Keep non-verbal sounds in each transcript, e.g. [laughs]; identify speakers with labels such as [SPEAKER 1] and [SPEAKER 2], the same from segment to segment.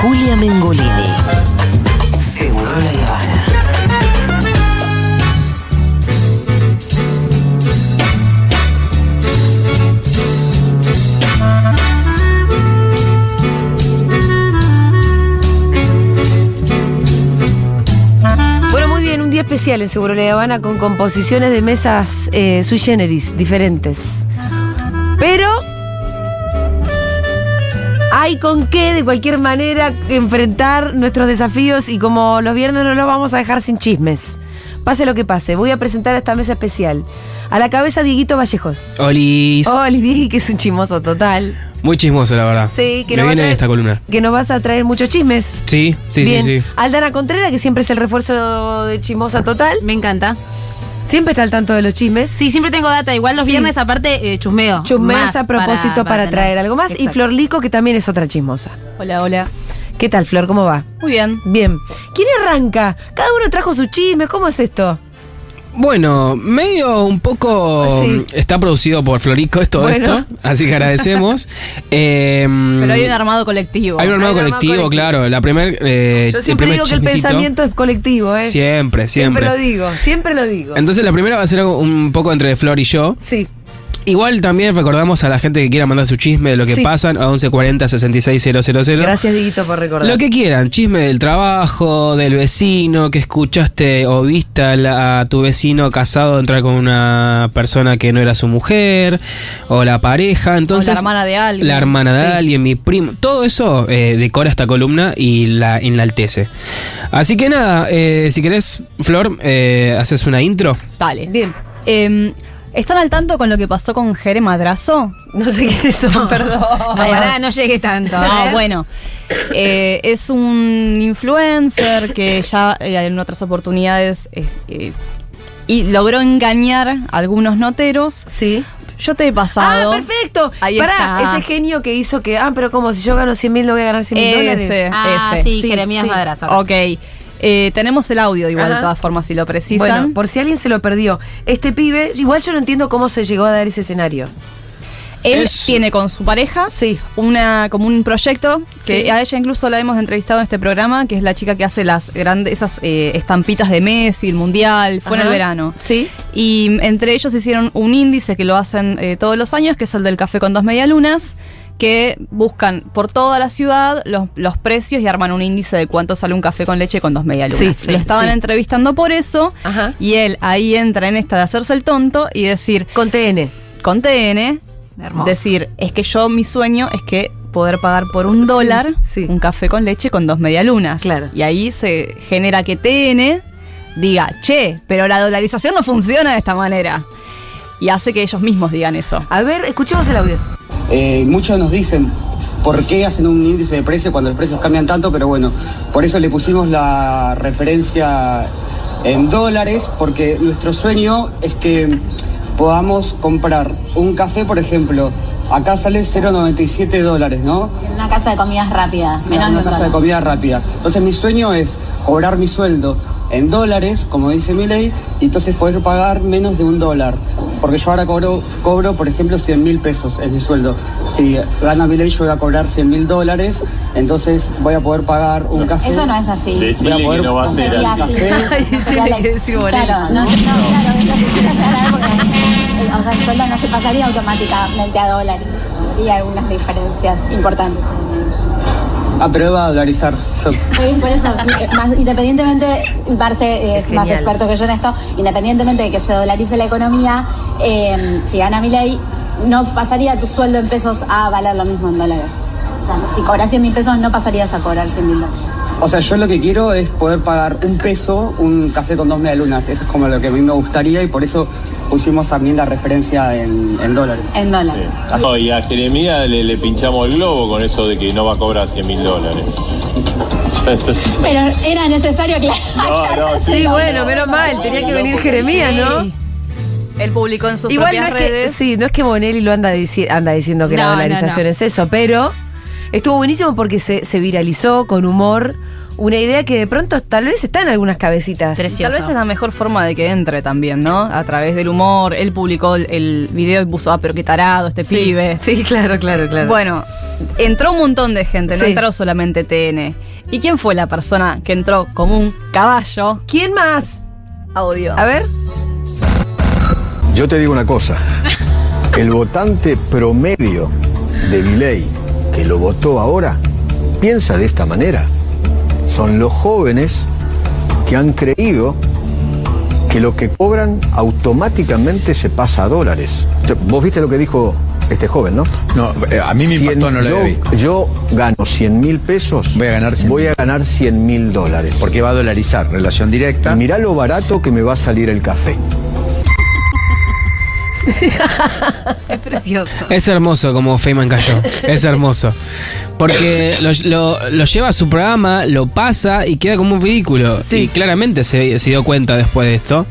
[SPEAKER 1] Julia Mengolini. Seguro la Habana.
[SPEAKER 2] Bueno, muy bien, un día especial en Seguro La Habana con composiciones de mesas eh, sui generis, diferentes. Pero hay con qué, de cualquier manera, enfrentar nuestros desafíos y como los viernes no los vamos a dejar sin chismes. Pase lo que pase, voy a presentar a esta mesa especial. A la cabeza Dieguito Vallejos.
[SPEAKER 3] Olis.
[SPEAKER 2] Oli, Diegui, que es un chismoso total.
[SPEAKER 3] Muy chismoso, la verdad.
[SPEAKER 2] Sí, que
[SPEAKER 3] Me
[SPEAKER 2] nos va a
[SPEAKER 3] viene
[SPEAKER 2] traer-
[SPEAKER 3] esta columna.
[SPEAKER 2] Que nos vas a traer muchos chismes.
[SPEAKER 3] Sí, sí,
[SPEAKER 2] Bien.
[SPEAKER 3] sí, sí.
[SPEAKER 2] Aldana Contreras, que siempre es el refuerzo de chismosa total.
[SPEAKER 4] Me encanta.
[SPEAKER 2] Siempre está al tanto de los chismes.
[SPEAKER 4] Sí, siempre tengo data. Igual los
[SPEAKER 2] Sí.
[SPEAKER 4] viernes, aparte, eh, chusmeo.
[SPEAKER 2] Chusmeas
[SPEAKER 4] Más
[SPEAKER 2] a propósito para,
[SPEAKER 4] tener.
[SPEAKER 2] traer algo más. Y
[SPEAKER 4] Exacto.
[SPEAKER 2] Flor Lico, que también es otra chismosa.
[SPEAKER 4] Hola, hola.
[SPEAKER 2] ¿Qué tal, Flor? ¿Cómo va?
[SPEAKER 4] Muy bien.
[SPEAKER 2] Bien. ¿Quién arranca? Cada uno trajo su chisme. ¿Cómo es esto?
[SPEAKER 3] Bueno, medio un poco
[SPEAKER 2] Sí.
[SPEAKER 3] mm, está producido por Florico esto,
[SPEAKER 2] Bueno.
[SPEAKER 3] esto, así que agradecemos.
[SPEAKER 2] [laughs]
[SPEAKER 3] Eh,
[SPEAKER 4] Pero hay un armado colectivo.
[SPEAKER 3] hay un armado
[SPEAKER 2] Mm. hay un armado
[SPEAKER 3] colectivo,
[SPEAKER 2] colectivo.
[SPEAKER 3] claro. La primer, eh,
[SPEAKER 2] Yo
[SPEAKER 3] el
[SPEAKER 2] siempre
[SPEAKER 3] primer
[SPEAKER 2] digo que el
[SPEAKER 3] chismecito.
[SPEAKER 2] pensamiento es colectivo, ¿eh?
[SPEAKER 3] Siempre, siempre.
[SPEAKER 2] lo digo, siempre lo digo.
[SPEAKER 3] Entonces la primera va a ser un poco entre Flor y yo.
[SPEAKER 2] Sí.
[SPEAKER 3] Igual también recordamos a la gente que quiera mandar su chisme de lo que
[SPEAKER 2] Sí.
[SPEAKER 3] pasan a 1140 66
[SPEAKER 2] Gracias, Diguito, por recordar.
[SPEAKER 3] Lo que quieran, chisme del trabajo, del vecino, que escuchaste o viste a, la- a tu vecino casado entrar con una persona que no era su mujer, o la pareja, entonces...
[SPEAKER 4] O la hermana de alguien.
[SPEAKER 3] La hermana de
[SPEAKER 4] Sí.
[SPEAKER 3] alguien, mi primo. Todo eso eh, decora esta columna y la enaltece. Así que nada, eh, si querés, Flor, eh, haces una intro.
[SPEAKER 4] Dale.
[SPEAKER 2] Bien.
[SPEAKER 4] Em, ¿Están al tanto con lo que pasó con Jere Madrazo?
[SPEAKER 2] No sé qué es eso, perdón.
[SPEAKER 4] No,
[SPEAKER 2] pará,
[SPEAKER 4] no llegué tanto.
[SPEAKER 2] A ver.
[SPEAKER 4] bueno. Eh, es un influencer que ya eh, en otras oportunidades eh, eh, y logró engañar a algunos noteros.
[SPEAKER 2] Sí.
[SPEAKER 4] Yo te he
[SPEAKER 2] Ah,
[SPEAKER 4] pasado.
[SPEAKER 2] perfecto.
[SPEAKER 4] Ahí
[SPEAKER 2] Pará,
[SPEAKER 4] está.
[SPEAKER 2] ese genio que hizo que, ah, pero como si yo gano 100 mil, no voy a ganar 100 mil
[SPEAKER 4] Ese.
[SPEAKER 2] dólares.
[SPEAKER 5] Ah,
[SPEAKER 4] ese.
[SPEAKER 5] sí,
[SPEAKER 2] Sí,
[SPEAKER 5] Jeremías
[SPEAKER 2] sí.
[SPEAKER 5] Madrazo.
[SPEAKER 4] Ok. Eh, tenemos el audio igual,
[SPEAKER 2] Ajá.
[SPEAKER 4] de todas formas, si lo precisan.
[SPEAKER 2] Bueno, por si alguien se lo perdió, este pibe, igual yo no entiendo cómo se llegó a dar ese escenario.
[SPEAKER 4] Él
[SPEAKER 3] Es-
[SPEAKER 4] tiene con su pareja
[SPEAKER 2] Sí.
[SPEAKER 4] una, como un proyecto que
[SPEAKER 2] Sí.
[SPEAKER 4] a ella incluso la hemos entrevistado en este programa, que es la chica que hace las grandes, esas eh, estampitas de Messi, el Mundial, fue en
[SPEAKER 2] Ajá.
[SPEAKER 4] el verano.
[SPEAKER 2] Sí.
[SPEAKER 4] Y mm, entre ellos hicieron un índice que lo hacen eh, todos los años, que es el del café con dos medialunas, que buscan por toda la ciudad los, los precios y arman un índice de cuánto sale un café con leche con dos medialunas.
[SPEAKER 2] Sí, sí,
[SPEAKER 4] lo estaban
[SPEAKER 2] sí.
[SPEAKER 4] entrevistando por eso
[SPEAKER 2] Ajá.
[SPEAKER 4] y él ahí entra en esta de hacerse el tonto y decir,
[SPEAKER 2] Con TN.
[SPEAKER 4] con TN,
[SPEAKER 5] Hermoso.
[SPEAKER 4] decir, es que yo mi sueño es que poder pagar por un dólar
[SPEAKER 2] sí.
[SPEAKER 4] un café con leche con dos medialunas.
[SPEAKER 2] Claro.
[SPEAKER 4] Y ahí se genera que TN diga, che, pero la dolarización no funciona de esta manera. Y hace que ellos mismos digan eso.
[SPEAKER 2] A ver, escuchemos el audio.
[SPEAKER 6] Eh, muchos nos dicen por qué hacen un índice de precio cuando los precios cambian tanto, pero bueno, por eso le pusimos la referencia en dólares, porque nuestro sueño es que podamos comprar un café, por ejemplo, acá sale 0,97 dólares, ¿no?
[SPEAKER 5] Una casa de comidas rápidas.
[SPEAKER 6] Una,
[SPEAKER 5] Menos
[SPEAKER 6] una
[SPEAKER 5] de
[SPEAKER 6] casa de
[SPEAKER 5] plata.
[SPEAKER 6] comida rápida. Entonces mi sueño es cobrar mi sueldo en dólares, como dice mi ley, y entonces poder pagar menos de un dólar. Porque yo ahora cobro, cobro por ejemplo, 100 mil pesos es mi sueldo. Si gana mi ley, yo voy a cobrar 100 mil dólares, entonces voy a poder pagar un café.
[SPEAKER 5] Eso no es así.
[SPEAKER 6] Voy a
[SPEAKER 7] Decirle que
[SPEAKER 6] poder
[SPEAKER 7] no va a ser
[SPEAKER 5] Sería
[SPEAKER 7] así.
[SPEAKER 5] así.
[SPEAKER 6] Café.
[SPEAKER 5] Sería la-
[SPEAKER 4] Tiene que decir Moreno.
[SPEAKER 5] Claro, no, se- no, claro, esto se quiso aclarar porque eh, o sea, el sueldo no se pasaría automáticamente a dólares. Y algunas diferencias importantes.
[SPEAKER 6] Ah, pero va a dolarizar. Yo-
[SPEAKER 5] Sí, por eso, [laughs] eh, más- independientemente, Barce es,
[SPEAKER 2] Es
[SPEAKER 5] más
[SPEAKER 2] genial.
[SPEAKER 5] experto que yo en esto, independientemente de que se dolarice la economía, eh, si gana mi ley, no pasaría tu sueldo en pesos a valer lo mismo en dólares. O sea, si cobras 100 mil pesos, no pasarías a cobrar 100 mil dólares.
[SPEAKER 6] O sea, yo lo que quiero es poder pagar un peso, un café con dos medialunas. Eso es como lo que a mí me gustaría y por eso pusimos también la referencia en, en dólares.
[SPEAKER 5] En dólares.
[SPEAKER 7] No, y a Jeremías le, le pinchamos el globo con eso de que no va a cobrar 100 mil dólares.
[SPEAKER 5] Pero era necesario aclarar.
[SPEAKER 7] [laughs] No, no, sí,
[SPEAKER 2] Sí, bueno, menos mal. Tenía que venir Jeremías, ¿no?
[SPEAKER 4] Sí. Él publicó en sus
[SPEAKER 2] Igual no
[SPEAKER 4] propias
[SPEAKER 2] es que,
[SPEAKER 4] redes.
[SPEAKER 2] sí, no es que Bonelli lo anda, dici- anda diciendo que la
[SPEAKER 4] No, no,
[SPEAKER 2] dolarización
[SPEAKER 4] no.
[SPEAKER 2] es eso, pero estuvo buenísimo porque se, se viralizó con humor. una idea que de pronto tal vez está en algunas cabecitas.
[SPEAKER 4] Tal
[SPEAKER 8] Precioso.
[SPEAKER 4] vez es la mejor forma de que entre también, ¿no? A través del humor. Él publicó el, el video y puso, ah, pero qué tarado este
[SPEAKER 2] Sí,
[SPEAKER 4] pibe.
[SPEAKER 2] Sí, claro, claro, claro.
[SPEAKER 4] Bueno, entró un montón de gente, no
[SPEAKER 2] Sí.
[SPEAKER 4] entró solamente TN. ¿Y quién fue la persona que entró como un caballo?
[SPEAKER 2] ¿quién más?
[SPEAKER 4] Audio.
[SPEAKER 2] A ver.
[SPEAKER 9] Yo te digo una cosa. El votante promedio de Milei que lo votó ahora piensa de esta manera. Son los jóvenes que han creído que lo que cobran automáticamente se pasa a dólares. Te- Vos viste lo que dijo este joven, ¿no?
[SPEAKER 10] No, eh, a mí me
[SPEAKER 9] Cien-
[SPEAKER 10] impactó, no lo
[SPEAKER 9] yo,
[SPEAKER 10] había visto.
[SPEAKER 9] yo gano 100 mil pesos.
[SPEAKER 10] Voy a ganar 100.000.
[SPEAKER 9] voy a ganar 100 mil dólares.
[SPEAKER 10] Porque va a dolarizar, relación directa.
[SPEAKER 9] Mirá lo barato que me va a salir el café.
[SPEAKER 8] Es precioso.
[SPEAKER 3] Es hermoso como Feynman cayó. Es hermoso. Porque lo, lo- lo lleva a su programa, lo pasa y queda como un ridículo.
[SPEAKER 2] Sí.
[SPEAKER 3] Y claramente se, se dio cuenta después de esto.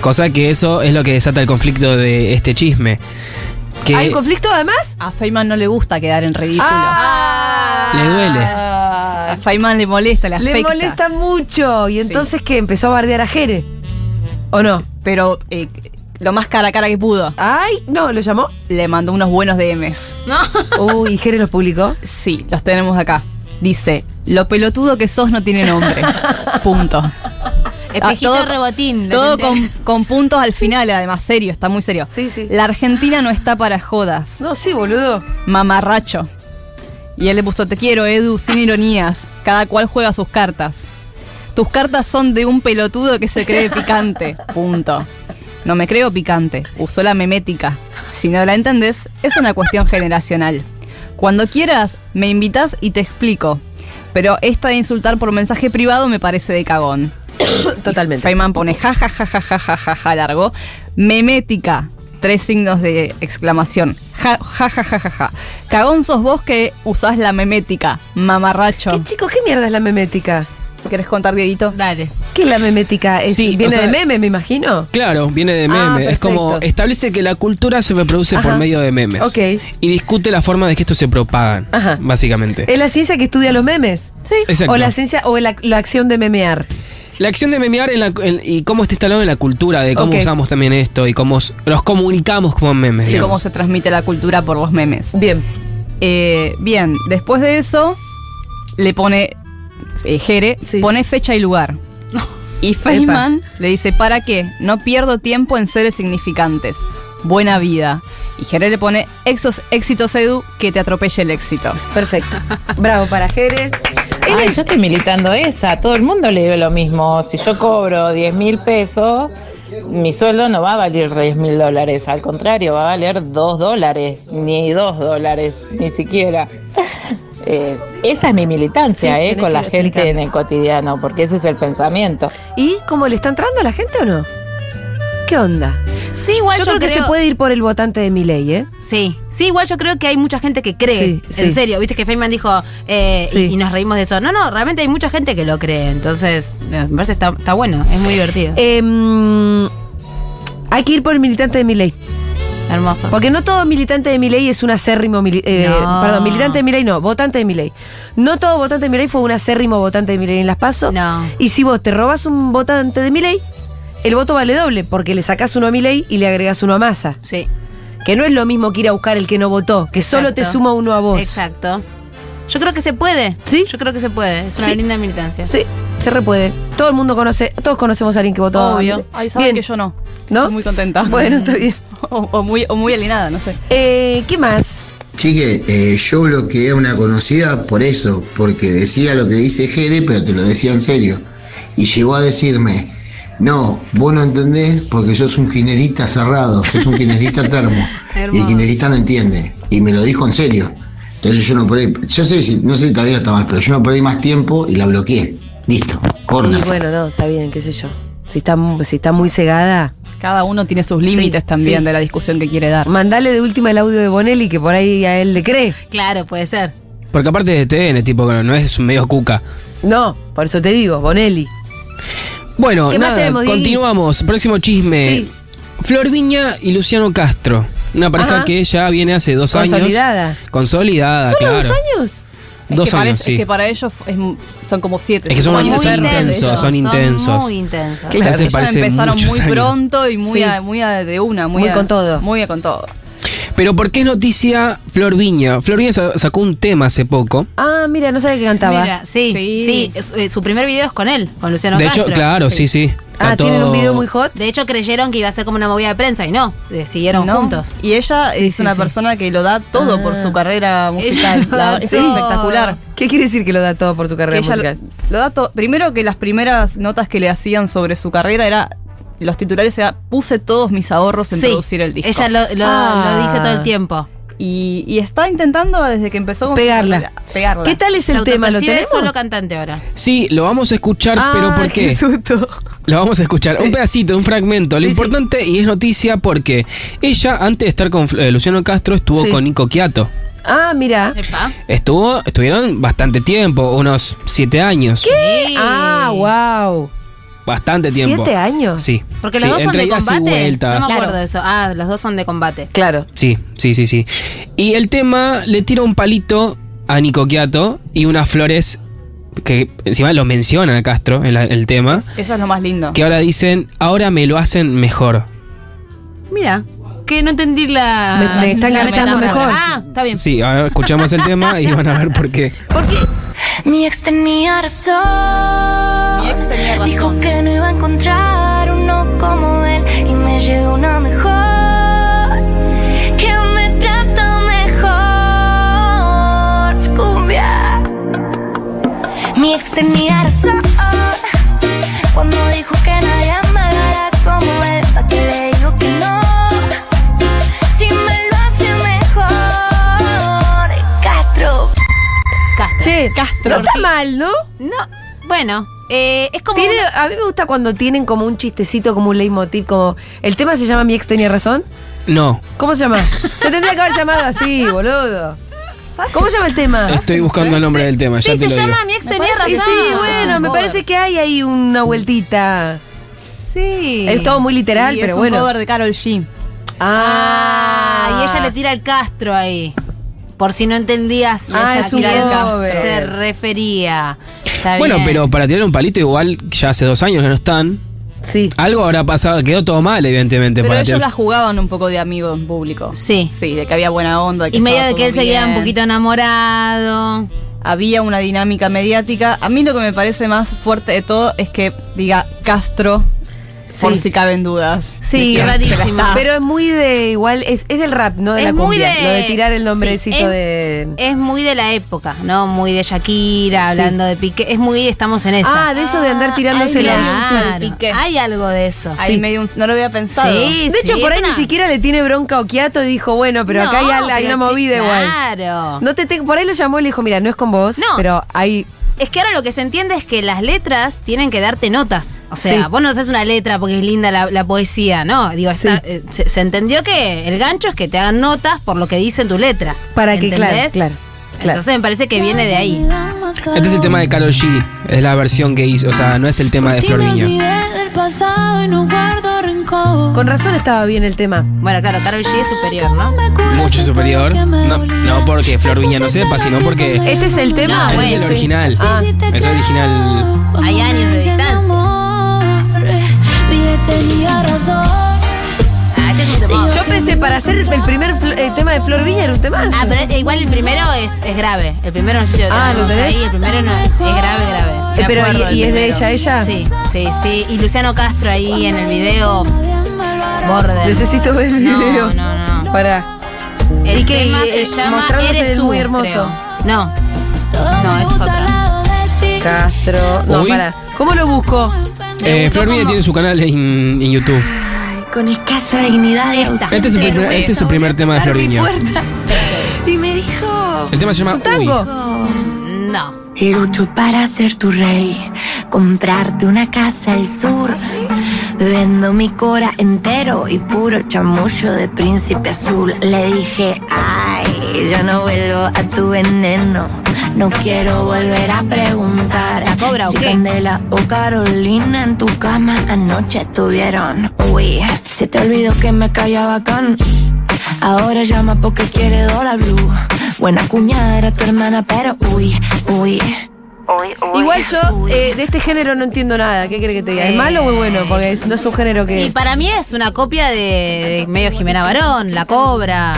[SPEAKER 3] Cosa que eso es lo que desata el conflicto de este chisme. Que
[SPEAKER 2] ¿Hay conflicto además?
[SPEAKER 4] A Feynman no le gusta quedar en ridículo.
[SPEAKER 2] Ah.
[SPEAKER 3] le duele.
[SPEAKER 4] A Feynman le molesta, le
[SPEAKER 2] Le
[SPEAKER 4] afecta.
[SPEAKER 2] molesta mucho. ¿Y entonces qué? ¿Empezó a bardear a Jere? ¿O no?
[SPEAKER 4] Pero eh, lo más cara a cara que pudo.
[SPEAKER 2] Ay, no, lo
[SPEAKER 4] [laughs]
[SPEAKER 2] llamó.
[SPEAKER 4] Le mandó unos buenos DMs.
[SPEAKER 8] No.
[SPEAKER 2] Uy, ¿y Jere los publicó.
[SPEAKER 4] Sí, los tenemos acá. Dice, lo pelotudo que sos no
[SPEAKER 2] [laughs]
[SPEAKER 4] tiene nombre. Punto.
[SPEAKER 8] Espejito
[SPEAKER 4] Ah,
[SPEAKER 8] de rebotín. le
[SPEAKER 4] Todo
[SPEAKER 8] conté.
[SPEAKER 4] con, con puntos al final, además, serio, está muy serio.
[SPEAKER 2] Sí, sí.
[SPEAKER 4] La Argentina no está para jodas.
[SPEAKER 2] No, sí, boludo.
[SPEAKER 4] Mamarracho. Y él le puso, te quiero, Edu, sin ironías. Cada cual juega sus cartas. Tus cartas son de un pelotudo que se cree picante. Punto. No me creo picante. Usó la memética. Si no la entendés, es una cuestión generacional. Cuando quieras, me invitas y te explico. Pero esta de insultar por mensaje privado me parece de cagón.
[SPEAKER 2] [coughs] Totalmente.
[SPEAKER 4] Feynman pone ja ja ja ja ja ja ja ja largo. Memética. Tres signos de exclamación. Ja ja ja ja ja ja. Cagón sos vos que usás la memética,
[SPEAKER 2] ¿Qué
[SPEAKER 4] mamarracho.
[SPEAKER 2] chicos, qué mierda es la memética?
[SPEAKER 4] ¿Querés contar, Dieguito?
[SPEAKER 8] Dale.
[SPEAKER 2] ¿Qué es la memética? Es-
[SPEAKER 3] Sí,
[SPEAKER 2] viene
[SPEAKER 3] o sea-
[SPEAKER 2] de meme, me imagino.
[SPEAKER 3] Claro, viene de
[SPEAKER 2] Ah,
[SPEAKER 3] meme. es
[SPEAKER 2] perfecto.
[SPEAKER 3] como establece que la cultura se reproduce
[SPEAKER 2] Ajá.
[SPEAKER 3] por medio de memes.
[SPEAKER 2] Ok.
[SPEAKER 3] Y discute la forma de que estos se propagan,
[SPEAKER 2] Ajá.
[SPEAKER 3] básicamente.
[SPEAKER 2] ¿Es la ciencia que estudia los memes? Sí.
[SPEAKER 3] eh. Exacto.
[SPEAKER 2] O la ciencia, o la, la acción de memear.
[SPEAKER 3] La acción de memear en la- en- y cómo está instalado en la cultura, de cómo
[SPEAKER 2] Ok.
[SPEAKER 3] usamos también esto y cómo s- los comunicamos como memes.
[SPEAKER 4] Sí, cómo
[SPEAKER 3] digamos.
[SPEAKER 4] se transmite la cultura por los memes.
[SPEAKER 2] Bien.
[SPEAKER 4] Eh, bien, después de eso, le pone eh, Jere,
[SPEAKER 2] Sí.
[SPEAKER 4] pone fecha y lugar. Y Feynman le dice, ¿para qué? No pierdo tiempo en seres significantes. Buena vida. Y Jere le pone, exos éxitos Edu, que te atropelle el éxito.
[SPEAKER 2] [laughs] Perfecto. Bravo para Jere. Él
[SPEAKER 11] Ay,
[SPEAKER 2] es-
[SPEAKER 11] yo estoy militando esa, todo el mundo le digo lo mismo. Si yo cobro 10 mil pesos, mi sueldo no va a valer 10 mil dólares, al contrario, va a valer 2 dólares, ni 2 dólares, ni siquiera. Eh, esa es mi militancia
[SPEAKER 8] Sí,
[SPEAKER 11] eh,
[SPEAKER 8] tenés
[SPEAKER 11] con
[SPEAKER 8] que
[SPEAKER 11] la gente
[SPEAKER 8] explicar.
[SPEAKER 11] en el cotidiano, porque ese es el pensamiento.
[SPEAKER 2] ¿Y cómo le está entrando a la gente o no? ¿Qué onda?
[SPEAKER 8] Sí, igual
[SPEAKER 2] Pues yo, creo, que se puede ir por el votante de mi ley, ¿eh?
[SPEAKER 8] Sí, sí, igual yo creo que hay mucha gente que cree.
[SPEAKER 2] Sí, sí.
[SPEAKER 8] En serio, viste que Feynman dijo eh,
[SPEAKER 2] Sí.
[SPEAKER 8] y, y nos reímos de eso. No, no, realmente hay mucha gente que lo cree. Entonces, eh, me parece está, está bueno, es muy divertido.
[SPEAKER 2] Eh, Em, hay que ir por el militante de mi ley.
[SPEAKER 8] Hermoso.
[SPEAKER 2] Porque no todo militante de mi ley es un acérrimo. mili- eh,
[SPEAKER 8] No.
[SPEAKER 2] Perdón, militante de mi ley no, votante de mi ley. No todo votante de mi ley fue un acérrimo votante de mi ley en las PASO.
[SPEAKER 8] No.
[SPEAKER 2] Y si vos te robas un votante de mi ley, el voto vale doble, porque le sacás uno a mi ley y le agregás uno a masa.
[SPEAKER 8] Sí.
[SPEAKER 2] Que no es lo mismo que ir a buscar el que no votó, que solo te
[SPEAKER 8] Exacto.
[SPEAKER 2] suma uno a vos.
[SPEAKER 8] Exacto. Yo creo que se puede.
[SPEAKER 2] Sí.
[SPEAKER 8] Yo creo que se puede. Es una
[SPEAKER 2] Sí.
[SPEAKER 8] linda militancia.
[SPEAKER 2] Sí, se repuede. Todo el mundo conoce, todos conocemos a alguien que votó. a mi
[SPEAKER 8] Obvio.
[SPEAKER 2] ley.
[SPEAKER 4] Ay, saben
[SPEAKER 2] Bien.
[SPEAKER 4] que yo no.
[SPEAKER 2] ¿No?
[SPEAKER 4] Estoy muy contenta.
[SPEAKER 2] Bueno, está bien.
[SPEAKER 4] [laughs] o, o muy, o muy alienada, no sé.
[SPEAKER 2] Eh, ¿Qué más?
[SPEAKER 12] Chique, eh, yo bloqueé a una conocida por eso, porque decía lo que dice Jere, pero te lo decía en serio. Y llegó a decirme, no, vos no entendés porque sos un ginerista cerrado, sos un
[SPEAKER 2] [laughs]
[SPEAKER 12] ginerista termo. y el
[SPEAKER 8] Hermoso.
[SPEAKER 12] ginerista no entiende. Y me lo dijo en serio. Entonces yo no perdí, yo sé si, no sé si todavía está mal, pero yo no perdí más tiempo y la bloqueé. Listo, corta.
[SPEAKER 2] Y bueno, no, está bien, qué sé yo. Si está, mu- si está muy cegada,
[SPEAKER 4] Cada uno tiene sus límites
[SPEAKER 2] Sí,
[SPEAKER 4] también
[SPEAKER 2] sí.
[SPEAKER 4] de la discusión que quiere dar.
[SPEAKER 2] mandale de última el audio de Bonelli, que por ahí a él le cree.
[SPEAKER 8] Claro, puede ser.
[SPEAKER 3] Porque aparte de TN, tipo, no es medio cuca.
[SPEAKER 2] No, por eso te digo, Bonelli.
[SPEAKER 3] Bueno,
[SPEAKER 2] ¿Qué más
[SPEAKER 3] nada,
[SPEAKER 2] tenemos, Diegui?
[SPEAKER 3] continuamos. Próximo chisme.
[SPEAKER 2] Sí.
[SPEAKER 3] Flor Viña y Luciano Castro. Una pareja
[SPEAKER 2] Ajá.
[SPEAKER 3] que ya viene hace dos años.
[SPEAKER 2] Consolidada.
[SPEAKER 3] Consolidada,
[SPEAKER 2] ¿Solo
[SPEAKER 3] Ah, claro.
[SPEAKER 2] dos años?
[SPEAKER 4] Es
[SPEAKER 3] Dos
[SPEAKER 4] que
[SPEAKER 3] años,
[SPEAKER 4] parece-
[SPEAKER 3] sí.
[SPEAKER 4] Es que para ellos es mu- son como siete.
[SPEAKER 3] Es que son-
[SPEAKER 4] muy
[SPEAKER 3] son intensos, son intensos.
[SPEAKER 8] muy intensos.
[SPEAKER 3] Claro, Entonces
[SPEAKER 4] ellos
[SPEAKER 3] parecen
[SPEAKER 4] empezaron
[SPEAKER 3] muchos
[SPEAKER 4] muy
[SPEAKER 3] años.
[SPEAKER 4] pronto y muy,
[SPEAKER 8] Sí.
[SPEAKER 4] a- muy a- de una. Muy,
[SPEAKER 2] Muy
[SPEAKER 4] a-
[SPEAKER 2] con todo.
[SPEAKER 4] Muy a con todo.
[SPEAKER 3] Pero ¿por qué es noticia Flor Viña? Flor Viña sa- sacó un tema hace poco.
[SPEAKER 2] Ah, mira, no sabía que cantaba.
[SPEAKER 8] Mira, sí, sí.
[SPEAKER 4] Sí.
[SPEAKER 8] Su, eh, su primer video es con él, con Luciano
[SPEAKER 3] de
[SPEAKER 8] Castro.
[SPEAKER 3] hecho, claro, sí, sí. Está
[SPEAKER 2] ah, tienen un
[SPEAKER 3] todo-
[SPEAKER 2] video muy hot.
[SPEAKER 8] De hecho, creyeron que iba a ser como una movida de prensa y no. eh, Siguieron
[SPEAKER 4] ¿no?
[SPEAKER 8] juntos.
[SPEAKER 4] Y ella
[SPEAKER 2] Sí,
[SPEAKER 4] es
[SPEAKER 2] sí,
[SPEAKER 4] una
[SPEAKER 2] sí.
[SPEAKER 4] persona que lo da todo por
[SPEAKER 8] Ah. [laughs]
[SPEAKER 4] su carrera
[SPEAKER 2] [laughs]
[SPEAKER 4] musical.
[SPEAKER 8] lo
[SPEAKER 4] La-
[SPEAKER 8] da
[SPEAKER 4] es
[SPEAKER 8] todo.
[SPEAKER 4] espectacular.
[SPEAKER 2] ¿Qué quiere decir que lo da todo por su
[SPEAKER 4] Que
[SPEAKER 2] carrera
[SPEAKER 4] ella
[SPEAKER 2] musical?
[SPEAKER 4] lo da todo. Primero que las primeras notas que le hacían sobre su carrera era. Los titulares era puse todos mis ahorros en
[SPEAKER 8] Sí,
[SPEAKER 4] producir el disco.
[SPEAKER 8] Ella lo, lo-
[SPEAKER 2] Ah.
[SPEAKER 8] lo dice todo el tiempo.
[SPEAKER 4] y, y está intentando desde que empezó con su
[SPEAKER 2] Pegarla.
[SPEAKER 4] carrera, pegarla.
[SPEAKER 2] ¿Qué tal es
[SPEAKER 8] Se
[SPEAKER 2] el tema? ¿Lo
[SPEAKER 8] autopercibe
[SPEAKER 2] tenemos?
[SPEAKER 8] solo cantante ahora.
[SPEAKER 3] Sí, lo vamos a escuchar,
[SPEAKER 2] Ah, [laughs]
[SPEAKER 3] pero ¿por qué?
[SPEAKER 2] susto.
[SPEAKER 3] Lo vamos a escuchar. Un pedacito, un fragmento. Lo
[SPEAKER 2] Sí, sí.
[SPEAKER 3] importante y es noticia porque ella, antes de estar con eh, Luciano Castro, estuvo
[SPEAKER 2] Sí.
[SPEAKER 3] con Nico Quiato.
[SPEAKER 2] Ah, mira.
[SPEAKER 8] Epa.
[SPEAKER 3] Estuvo, estuvieron bastante tiempo, unos siete años.
[SPEAKER 8] Sí.
[SPEAKER 2] Ah, wow.
[SPEAKER 3] Bastante tiempo.
[SPEAKER 2] ¿Siete años?
[SPEAKER 3] Sí.
[SPEAKER 8] Porque los
[SPEAKER 3] Sí,
[SPEAKER 8] dos son
[SPEAKER 3] entre
[SPEAKER 8] de
[SPEAKER 3] idas y
[SPEAKER 8] combate.
[SPEAKER 3] vueltas.
[SPEAKER 8] No me acuerdo de eso. Ah, los dos son de combate.
[SPEAKER 2] Claro.
[SPEAKER 3] Sí, sí, sí, sí. Y el tema le tira un palito a Nico Quiato y unas flores que encima lo mencionan a Castro en la- el tema.
[SPEAKER 4] Eso es lo más lindo.
[SPEAKER 3] Que ahora dicen, ahora me lo hacen mejor.
[SPEAKER 8] Mira, que no entendí la.
[SPEAKER 2] Me- me está
[SPEAKER 8] la
[SPEAKER 2] enganchando
[SPEAKER 8] metáfora.
[SPEAKER 2] mejor.
[SPEAKER 8] Ah, está bien.
[SPEAKER 3] Sí, ahora escuchamos el tema y van a ver por
[SPEAKER 8] [laughs]
[SPEAKER 3] qué.
[SPEAKER 13] Mi ex tenía razón.
[SPEAKER 8] Mi ex tenía razón.
[SPEAKER 13] Dijo que no iba a encontrar uno como él. Y me llegó uno mejor. Que me trata mejor. Cumbia. Mi ex tenía razón. Cuando dijo que nadie amara como él. Pa' que le digo que no. Si me lo hace mejor. Castro.
[SPEAKER 8] Castro.
[SPEAKER 2] Che,
[SPEAKER 8] Castro.
[SPEAKER 2] No está
[SPEAKER 8] sí.
[SPEAKER 2] mal, ¿no?
[SPEAKER 8] No, bueno, eh, es como.
[SPEAKER 2] Tiene- a mí me gusta cuando tienen como un chistecito, como un leitmotiv, como. El tema se llama Mi ex tenía razón.
[SPEAKER 3] No,
[SPEAKER 2] ¿Cómo se llama? se tendría que haber llamado así, boludo. ¿Cómo se llama el tema?
[SPEAKER 3] estoy buscando el nombre del tema,
[SPEAKER 8] sí,
[SPEAKER 3] ya te lo
[SPEAKER 8] se llama
[SPEAKER 3] digo.
[SPEAKER 8] Mi ex
[SPEAKER 2] Me
[SPEAKER 8] tenía razón.
[SPEAKER 2] parece- Sí, bueno, me parece que hay ahí una vueltita.
[SPEAKER 8] Sí.
[SPEAKER 2] Es todo muy literal,
[SPEAKER 4] Sí,
[SPEAKER 2] pero
[SPEAKER 4] es
[SPEAKER 2] bueno.
[SPEAKER 4] un cover de Carol G.
[SPEAKER 8] Ah, y ella le tira el Castro ahí. Por si no entendías
[SPEAKER 2] Ah,
[SPEAKER 8] ella
[SPEAKER 2] es un
[SPEAKER 8] tira el
[SPEAKER 2] cover.
[SPEAKER 8] Se refería. Está
[SPEAKER 3] Bueno,
[SPEAKER 8] bien.
[SPEAKER 3] pero para tirar un palito igual ya hace dos años que no están.
[SPEAKER 2] Sí.
[SPEAKER 3] Algo habrá pasado, quedó todo mal, evidentemente.
[SPEAKER 4] Pero
[SPEAKER 3] para
[SPEAKER 4] ellos
[SPEAKER 3] tirar-
[SPEAKER 4] la jugaban un poco de amigo en público.
[SPEAKER 8] Sí.
[SPEAKER 4] Sí, de que había buena onda.
[SPEAKER 8] Y medio
[SPEAKER 4] estaba
[SPEAKER 8] de que
[SPEAKER 4] todo
[SPEAKER 8] él seguía un
[SPEAKER 4] bien.
[SPEAKER 8] poquito enamorado.
[SPEAKER 4] Había una dinámica mediática. A mí lo que me parece más fuerte de todo es que diga Castro, por
[SPEAKER 2] Sí.
[SPEAKER 4] si caben dudas.
[SPEAKER 8] Sí,
[SPEAKER 3] Castro.
[SPEAKER 8] rarísimo.
[SPEAKER 2] [laughs] Pero es muy de igual, es, es del rap, ¿no? De
[SPEAKER 8] Es
[SPEAKER 2] la
[SPEAKER 8] muy
[SPEAKER 2] cumbia,
[SPEAKER 8] de-
[SPEAKER 2] Lo de tirar el nombrecito
[SPEAKER 8] sí, es-
[SPEAKER 2] de.
[SPEAKER 8] Es muy de la época, ¿no? Muy de Shakira,
[SPEAKER 2] Sí.
[SPEAKER 8] hablando de Piqué. Es muy, estamos en esa.
[SPEAKER 2] Ah, de eso de andar tirándose
[SPEAKER 8] Hay
[SPEAKER 2] la
[SPEAKER 8] claro,
[SPEAKER 4] del Piqué.
[SPEAKER 8] Hay algo de eso.
[SPEAKER 4] Ahí medio un- no lo había pensado.
[SPEAKER 8] Sí,
[SPEAKER 2] De hecho,
[SPEAKER 8] sí,
[SPEAKER 2] por
[SPEAKER 8] es
[SPEAKER 2] ahí ni
[SPEAKER 8] una-
[SPEAKER 2] siquiera le tiene bronca a Okiato y dijo, bueno, pero acá hay, al- hay
[SPEAKER 8] pero
[SPEAKER 2] una
[SPEAKER 8] chi-
[SPEAKER 2] movida igual.
[SPEAKER 8] Claro.
[SPEAKER 2] No te, te- por ahí lo llamó y le dijo, mira, no es con vos,
[SPEAKER 8] No.
[SPEAKER 2] pero ahí.
[SPEAKER 8] Es que ahora lo que se entiende es que las letras tienen que darte notas. O sea,
[SPEAKER 2] Sí.
[SPEAKER 8] vos no haces una letra porque es linda la, la poesía, ¿no? Digo, está-
[SPEAKER 2] Sí.
[SPEAKER 8] eh, se, se entendió que el gancho es que te hagan notas por lo que dice en tu letra.
[SPEAKER 2] Para que, claro,
[SPEAKER 8] ¿Entendés?
[SPEAKER 2] claro, claro.
[SPEAKER 8] Entonces me parece que viene de ahí.
[SPEAKER 3] Este es el tema de Karol G, es la versión que hizo, o sea, no es el tema de
[SPEAKER 13] Por ti
[SPEAKER 3] Flor
[SPEAKER 13] me
[SPEAKER 3] Viña.
[SPEAKER 13] olvidé del pasado y no guardo rencor.
[SPEAKER 2] Con razón estaba bien el tema.
[SPEAKER 8] Bueno, claro, Carol G es superior, ¿no?
[SPEAKER 3] Mucho superior. No, no porque Flor Viña no sepa, sino porque este
[SPEAKER 2] Este es el tema.
[SPEAKER 8] No,
[SPEAKER 2] o
[SPEAKER 3] es el
[SPEAKER 8] bueno.
[SPEAKER 3] original.
[SPEAKER 2] Ah.
[SPEAKER 3] Es el original.
[SPEAKER 8] Hay años de distancia.
[SPEAKER 13] Mi ex tenía razón.
[SPEAKER 8] Ah, este es un temón.
[SPEAKER 2] Yo pensé, para hacer el primer fl- el tema de Flor Villa era un tema.
[SPEAKER 8] Ah, pero eh, igual el primero es, es grave. El primero no sé si lo
[SPEAKER 2] Ah, ¿lo
[SPEAKER 8] tenemos
[SPEAKER 2] tenés?
[SPEAKER 8] ahí. El primero no es, es grave, grave. Me
[SPEAKER 2] Eh, pero,
[SPEAKER 8] acuerdo
[SPEAKER 2] ¿y-
[SPEAKER 8] del
[SPEAKER 2] y es de
[SPEAKER 8] primero.
[SPEAKER 2] ella, ella?
[SPEAKER 8] Sí, sí, sí. Y Luciano Castro ahí en el video. Border.
[SPEAKER 2] Necesito ver el
[SPEAKER 8] No,
[SPEAKER 2] video.
[SPEAKER 8] no, no.
[SPEAKER 2] Para.
[SPEAKER 8] El
[SPEAKER 2] Y que-
[SPEAKER 8] tema
[SPEAKER 2] y-
[SPEAKER 8] se
[SPEAKER 2] eh,
[SPEAKER 8] llama
[SPEAKER 2] mostrándose
[SPEAKER 8] Eres
[SPEAKER 2] del
[SPEAKER 8] tú,
[SPEAKER 2] muy hermoso.
[SPEAKER 8] creo. No. No, es otra.
[SPEAKER 2] Castro. No,
[SPEAKER 3] Uy.
[SPEAKER 2] para. ¿Cómo lo busco?
[SPEAKER 3] Eh, Flor Viña tiene su canal en, en YouTube.
[SPEAKER 13] Con escasa dignidad de
[SPEAKER 8] Esta.
[SPEAKER 3] Este es el primer, este es el primer tema de Flor Viña.
[SPEAKER 13] Y me dijo.
[SPEAKER 3] El tema se llama
[SPEAKER 2] ¿Es un tango?
[SPEAKER 8] No.
[SPEAKER 13] Lucho para ser tu rey, comprarte una casa al sur. Vendo mi cora entero y puro chamullo de príncipe azul. Le dije, ay, yo no vuelvo a tu veneno. No quiero volver a preguntar.
[SPEAKER 8] ¿La cobra o
[SPEAKER 13] si
[SPEAKER 8] qué?
[SPEAKER 13] Candela o Carolina en tu cama anoche estuvieron. Uy, se te olvidó que me callaba can. Ahora llama porque quiere dólar blue. Buena cuñada era tu hermana, pero uy, uy.
[SPEAKER 2] Igual yo eh, de este género no entiendo nada. ¿Qué quiere que te diga? ¿Es
[SPEAKER 8] Eh.
[SPEAKER 2] malo o es bueno? Porque es- no es un género que.
[SPEAKER 8] Y para mí es una copia de, de medio Jimena Barón, La Cobra.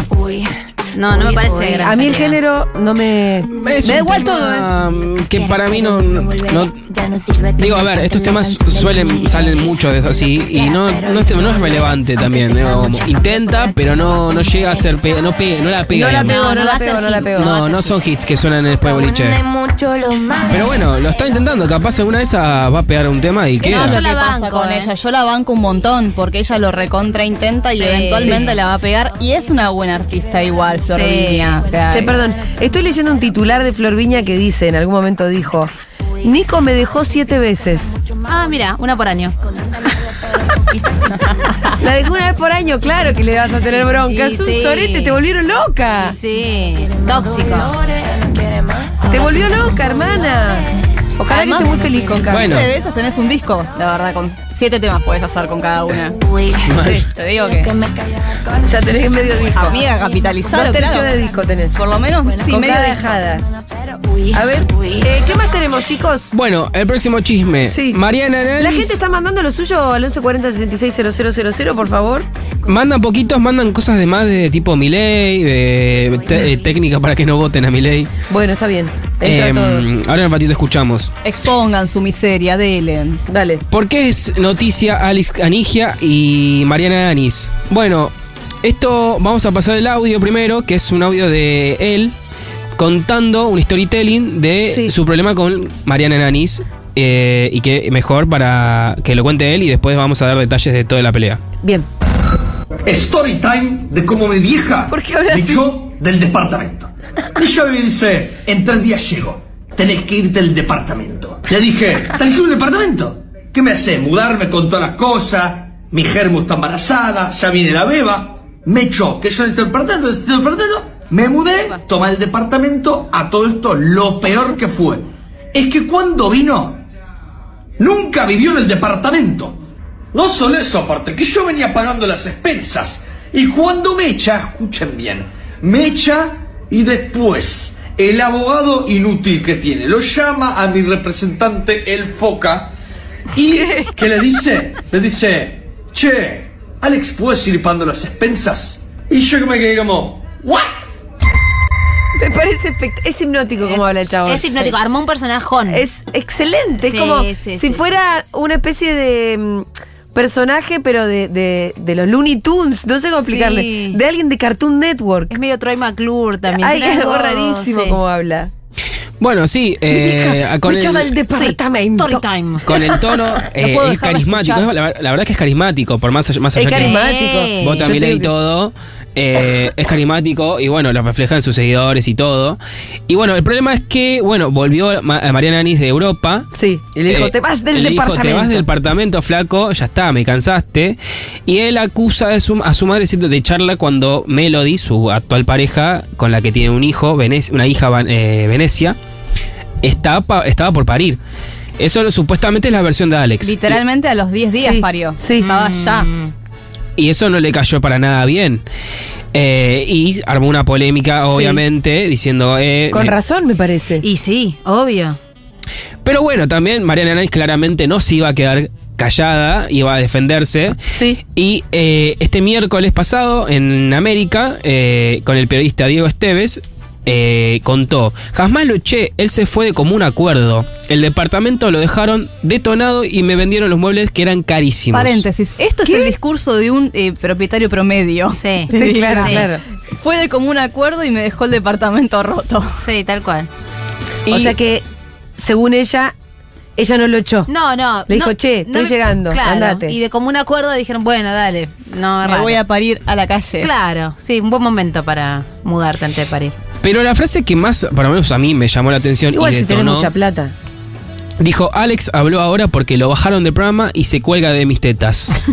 [SPEAKER 8] No, no me parece gran
[SPEAKER 2] A mí el
[SPEAKER 8] calidad.
[SPEAKER 2] género no me.
[SPEAKER 3] Es
[SPEAKER 2] me da
[SPEAKER 3] un
[SPEAKER 2] igual
[SPEAKER 3] tema,
[SPEAKER 2] todo, ¿eh?
[SPEAKER 3] mm, Que para mí no, no- Digo, a ver, estos temas suelen salen mucho de eso, así y no, no, es, no es relevante también. ¿eh? Como Intenta, pero no, no llega a ser. pe- no, pe- no la pega.
[SPEAKER 2] No la
[SPEAKER 3] digamos.
[SPEAKER 2] pego, no,
[SPEAKER 8] no va
[SPEAKER 2] la
[SPEAKER 8] a ser
[SPEAKER 2] pego, no la
[SPEAKER 8] hit.
[SPEAKER 2] pego.
[SPEAKER 3] No, no son hits que suenan después de boliche. Pero
[SPEAKER 13] [laughs]
[SPEAKER 3] bueno, lo está intentando. Capaz alguna de esas va a pegar un tema y queda.
[SPEAKER 4] Eso es lo
[SPEAKER 8] la
[SPEAKER 4] que pasa
[SPEAKER 8] banco,
[SPEAKER 4] con
[SPEAKER 8] eh.
[SPEAKER 4] ella. Yo la banco un montón porque ella lo recontra intenta y
[SPEAKER 8] Sí.
[SPEAKER 4] eventualmente
[SPEAKER 8] Sí.
[SPEAKER 4] la va a pegar. Y es una buena artista igual, Flor
[SPEAKER 8] Sí.
[SPEAKER 4] Vigna, o sea,
[SPEAKER 2] Che, perdón, estoy leyendo un titular de Flor Viña que dice, en algún momento dijo, Nico me dejó siete veces.
[SPEAKER 8] Ah, mira, una por año.
[SPEAKER 2] La dejó una vez por año, claro que le vas a tener bronca.
[SPEAKER 8] Y
[SPEAKER 2] es un
[SPEAKER 8] sí.
[SPEAKER 2] sorete, te volvieron loca.
[SPEAKER 8] Sí, tóxico.
[SPEAKER 2] Te volvió loca, hermana. Ojalá
[SPEAKER 4] Además,
[SPEAKER 2] que estés muy feliz con cada
[SPEAKER 4] Siete veces tenés un disco, la verdad, con siete temas podés hacer con cada una. Sí, te digo que.
[SPEAKER 2] Ya tenés medio disco.
[SPEAKER 4] Amiga, capitalizar.
[SPEAKER 2] Dos tercios de disco tenés.
[SPEAKER 4] Por lo menos, sí,
[SPEAKER 2] con
[SPEAKER 4] medio
[SPEAKER 2] cada
[SPEAKER 4] disco.
[SPEAKER 2] dejada. A ver, eh, ¿qué más tenemos, chicos?
[SPEAKER 3] Bueno, el próximo chisme.
[SPEAKER 2] Sí.
[SPEAKER 3] Mariana Nalis.
[SPEAKER 2] La gente está mandando lo suyo al 1140-660000, por favor.
[SPEAKER 3] Mandan poquitos, mandan cosas de más de tipo Miley, de te- eh, técnica para que no voten a Miley.
[SPEAKER 2] Bueno, está bien. Entra
[SPEAKER 3] Em,
[SPEAKER 2] todo.
[SPEAKER 3] ahora en un ratito escuchamos.
[SPEAKER 4] Expongan su miseria, delen.
[SPEAKER 2] Dale.
[SPEAKER 3] ¿Por qué es noticia Alice Canigia y Mariana Anis? Bueno, esto vamos a pasar el audio primero, que es un audio de él contando un storytelling de
[SPEAKER 2] Sí.
[SPEAKER 3] su problema con Mariana Anis. eh, y que mejor para que lo cuente él y después vamos a dar detalles de toda la pelea.
[SPEAKER 2] Bien.
[SPEAKER 14] Story time de cómo mi vieja
[SPEAKER 2] ¿Por qué hablas
[SPEAKER 14] me
[SPEAKER 2] así?
[SPEAKER 14] echó del departamento. Ella me dice, en tres días llego, tenés que irte del departamento. Le dije, ¿tenés que ir al departamento? ¿Qué me hace? ¿Mudarme con todas las cosas? Mi germo está embarazada, ya viene la beba. Me echó, que yo en este departamento, en este departamento. Me mudé, tomé el departamento, a todo esto lo peor que fue. Es que cuando vino, Nunca vivió en el departamento. No solo eso, aparte, que yo venía pagando las expensas. Y cuando me echa, escuchen bien, me echa y después el abogado inútil que tiene lo llama a mi representante, el Foca, y que le dice, le dice, che, Alex, ¿puedes ir pagando las expensas? Y yo que me quedé como, ¿what?
[SPEAKER 2] Me parece espect- Es hipnótico como habla el chavo.
[SPEAKER 8] Es hipnótico, armó un personajón.
[SPEAKER 2] Es excelente.
[SPEAKER 8] Sí,
[SPEAKER 2] es como
[SPEAKER 8] sí,
[SPEAKER 2] si
[SPEAKER 8] sí, sí,
[SPEAKER 2] fuera una especie de mm, personaje, pero de, de- de los Looney Tunes. No sé cómo explicarle.
[SPEAKER 8] Sí.
[SPEAKER 2] De alguien de Cartoon Network.
[SPEAKER 8] Es medio Troy McClure también.
[SPEAKER 2] Hay
[SPEAKER 8] Tiene
[SPEAKER 2] algo
[SPEAKER 8] algo-
[SPEAKER 2] rarísimo
[SPEAKER 8] sí.
[SPEAKER 2] como habla.
[SPEAKER 3] Bueno, sí, eh,
[SPEAKER 2] Hija,
[SPEAKER 3] con
[SPEAKER 2] me echó del
[SPEAKER 3] el,
[SPEAKER 2] departamento.
[SPEAKER 8] Story time.
[SPEAKER 3] con el tono eh,
[SPEAKER 8] puedo
[SPEAKER 3] es
[SPEAKER 8] dejar de
[SPEAKER 3] carismático.
[SPEAKER 8] escuchar.
[SPEAKER 3] La, la verdad que es carismático, por más allá, más
[SPEAKER 2] es
[SPEAKER 3] allá que-
[SPEAKER 2] carismático.
[SPEAKER 3] Vota
[SPEAKER 2] Yo
[SPEAKER 3] a
[SPEAKER 2] te
[SPEAKER 3] Milei
[SPEAKER 2] digo
[SPEAKER 3] y
[SPEAKER 2] que-
[SPEAKER 3] todo. eh, es carismático y bueno, lo refleja en sus seguidores y todo. Y bueno, el problema es que, bueno, volvió Ma- a Mariana Anis de Europa.
[SPEAKER 2] Sí, y le dijo,
[SPEAKER 3] Eh,
[SPEAKER 2] te vas del
[SPEAKER 3] le dijo,
[SPEAKER 2] departamento.
[SPEAKER 3] te vas del departamento, flaco, ya está, me cansaste. Y él acusa de su- a su madre siendo de charla cuando Melody, su actual pareja, con la que tiene un hijo, Vene- una hija van- eh, Venecia, está pa- estaba por parir. Eso supuestamente es la versión de Alex.
[SPEAKER 4] Literalmente a los 10 días
[SPEAKER 2] Sí,
[SPEAKER 4] parió.
[SPEAKER 2] sí.
[SPEAKER 4] Estaba ya.
[SPEAKER 8] Mm.
[SPEAKER 3] Y eso no le cayó para nada bien. Eh, y armó una polémica,
[SPEAKER 2] Sí.
[SPEAKER 3] obviamente, diciendo. eh,
[SPEAKER 2] Con
[SPEAKER 3] eh,
[SPEAKER 2] razón, me parece.
[SPEAKER 8] Y sí, obvio.
[SPEAKER 3] Pero bueno, también Mariana Náiz claramente no se iba a quedar callada, iba a defenderse.
[SPEAKER 2] sí.
[SPEAKER 3] Y eh, este miércoles pasado en América, eh, con el periodista Diego Esteves, eh, contó, jamás lo eché, él se fue de común acuerdo. El departamento lo dejaron detonado y me vendieron los muebles que eran carísimos.
[SPEAKER 4] Paréntesis. Esto es el discurso de un eh, propietario promedio.
[SPEAKER 8] Sí.
[SPEAKER 2] Sí, claro, claro.
[SPEAKER 4] Fue de común acuerdo y me dejó el departamento roto.
[SPEAKER 8] Sí, tal cual.
[SPEAKER 2] O
[SPEAKER 3] Y-
[SPEAKER 2] sea que, según ella, ella no lo echó.
[SPEAKER 8] No, no.
[SPEAKER 2] Le dijo,
[SPEAKER 8] no-
[SPEAKER 2] "Che, estoy
[SPEAKER 8] me-
[SPEAKER 2] llegando,
[SPEAKER 8] claro,
[SPEAKER 2] andate".
[SPEAKER 8] Y de común acuerdo dijeron, bueno, dale. No,
[SPEAKER 4] Me
[SPEAKER 8] raro.
[SPEAKER 4] voy a parir a la calle.
[SPEAKER 8] Claro, sí, un buen momento para mudarte antes de París.
[SPEAKER 3] Pero la frase que más, para lo menos a mí, me llamó la atención
[SPEAKER 2] Igual
[SPEAKER 3] y
[SPEAKER 2] si tenés
[SPEAKER 3] detonó-
[SPEAKER 2] mucha plata.
[SPEAKER 3] Dijo, Alex habló ahora porque lo bajaron del programa y se cuelga de
[SPEAKER 2] [laughs]
[SPEAKER 3] mis tetas.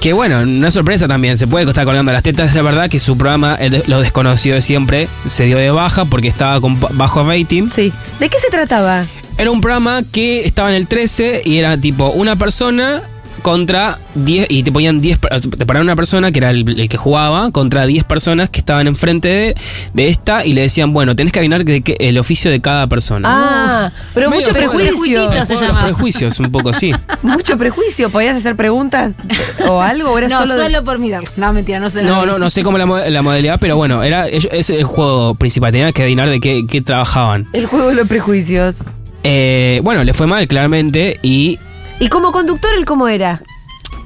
[SPEAKER 3] que bueno, no es sorpresa también, se puede estar colgando las tetas. Es verdad que su programa, el de- Lo Desconocido de Siempre, se dio de baja porque estaba con pa- bajo rating.
[SPEAKER 2] Sí. ¿De qué se trataba?
[SPEAKER 3] Era un programa que estaba en el 13 y era tipo una persona contra 10, y te ponían 10, per- te paraban una persona que era el, el que jugaba contra 10 personas que estaban enfrente de, de esta y le decían, bueno, tenés que adivinar de qué- el oficio de cada persona.
[SPEAKER 2] Ah, pero
[SPEAKER 3] Medio
[SPEAKER 2] mucho
[SPEAKER 3] juego de-
[SPEAKER 2] prejuicio.
[SPEAKER 3] juego de los prejuicios, un
[SPEAKER 2] [laughs]
[SPEAKER 3] poco así.
[SPEAKER 2] Mucho prejuicio. ¿Podías hacer preguntas o algo? ¿O era
[SPEAKER 8] no,
[SPEAKER 2] solo
[SPEAKER 8] solo,
[SPEAKER 2] de-
[SPEAKER 8] por mirar. No, mentira, no sé.
[SPEAKER 3] No, no, no sé cómo la, mo- la modalidad, pero bueno, era ellos- ese es el juego principal. Tenían que adivinar de qué, qué trabajaban.
[SPEAKER 2] El juego de los prejuicios.
[SPEAKER 3] Eh, bueno, le fue mal, claramente, y.
[SPEAKER 2] ¿Y como conductor él cómo era?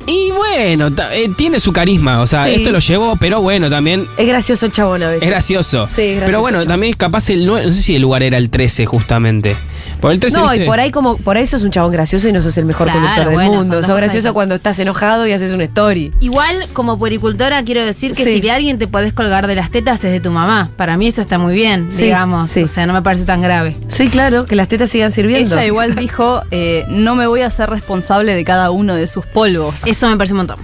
[SPEAKER 3] Y bueno, ta- eh, tiene su carisma, o sea,
[SPEAKER 2] Sí.
[SPEAKER 3] esto lo llevó, pero bueno, también
[SPEAKER 2] Es gracioso el chabón a veces.
[SPEAKER 3] es gracioso.
[SPEAKER 2] Sí, es gracioso.
[SPEAKER 3] Pero bueno,
[SPEAKER 2] el chabón.
[SPEAKER 3] también capaz el nue- no sé si el lugar era el 13 justamente. Por el 13
[SPEAKER 2] No,
[SPEAKER 3] ¿viste?
[SPEAKER 2] y por ahí como por ahí sos un chabón gracioso y no sos el mejor
[SPEAKER 8] Claro,
[SPEAKER 2] conductor del
[SPEAKER 8] bueno, son
[SPEAKER 2] mundo.
[SPEAKER 8] dos
[SPEAKER 2] Sos
[SPEAKER 8] cosas
[SPEAKER 2] gracioso
[SPEAKER 8] diferentes.
[SPEAKER 2] cuando estás enojado y haces una story.
[SPEAKER 8] Igual, como puericultora, quiero decir que
[SPEAKER 2] Sí.
[SPEAKER 8] si de alguien te podés colgar de las tetas es de tu mamá. Para mí eso está muy bien,
[SPEAKER 2] Sí,
[SPEAKER 8] digamos. O sea, no me parece tan grave.
[SPEAKER 2] Sí, claro, que las tetas sigan sirviendo.
[SPEAKER 4] Ella igual [laughs] dijo, eh, no me voy a ser responsable de cada uno de sus polvos.
[SPEAKER 8] Eso me parece un montón.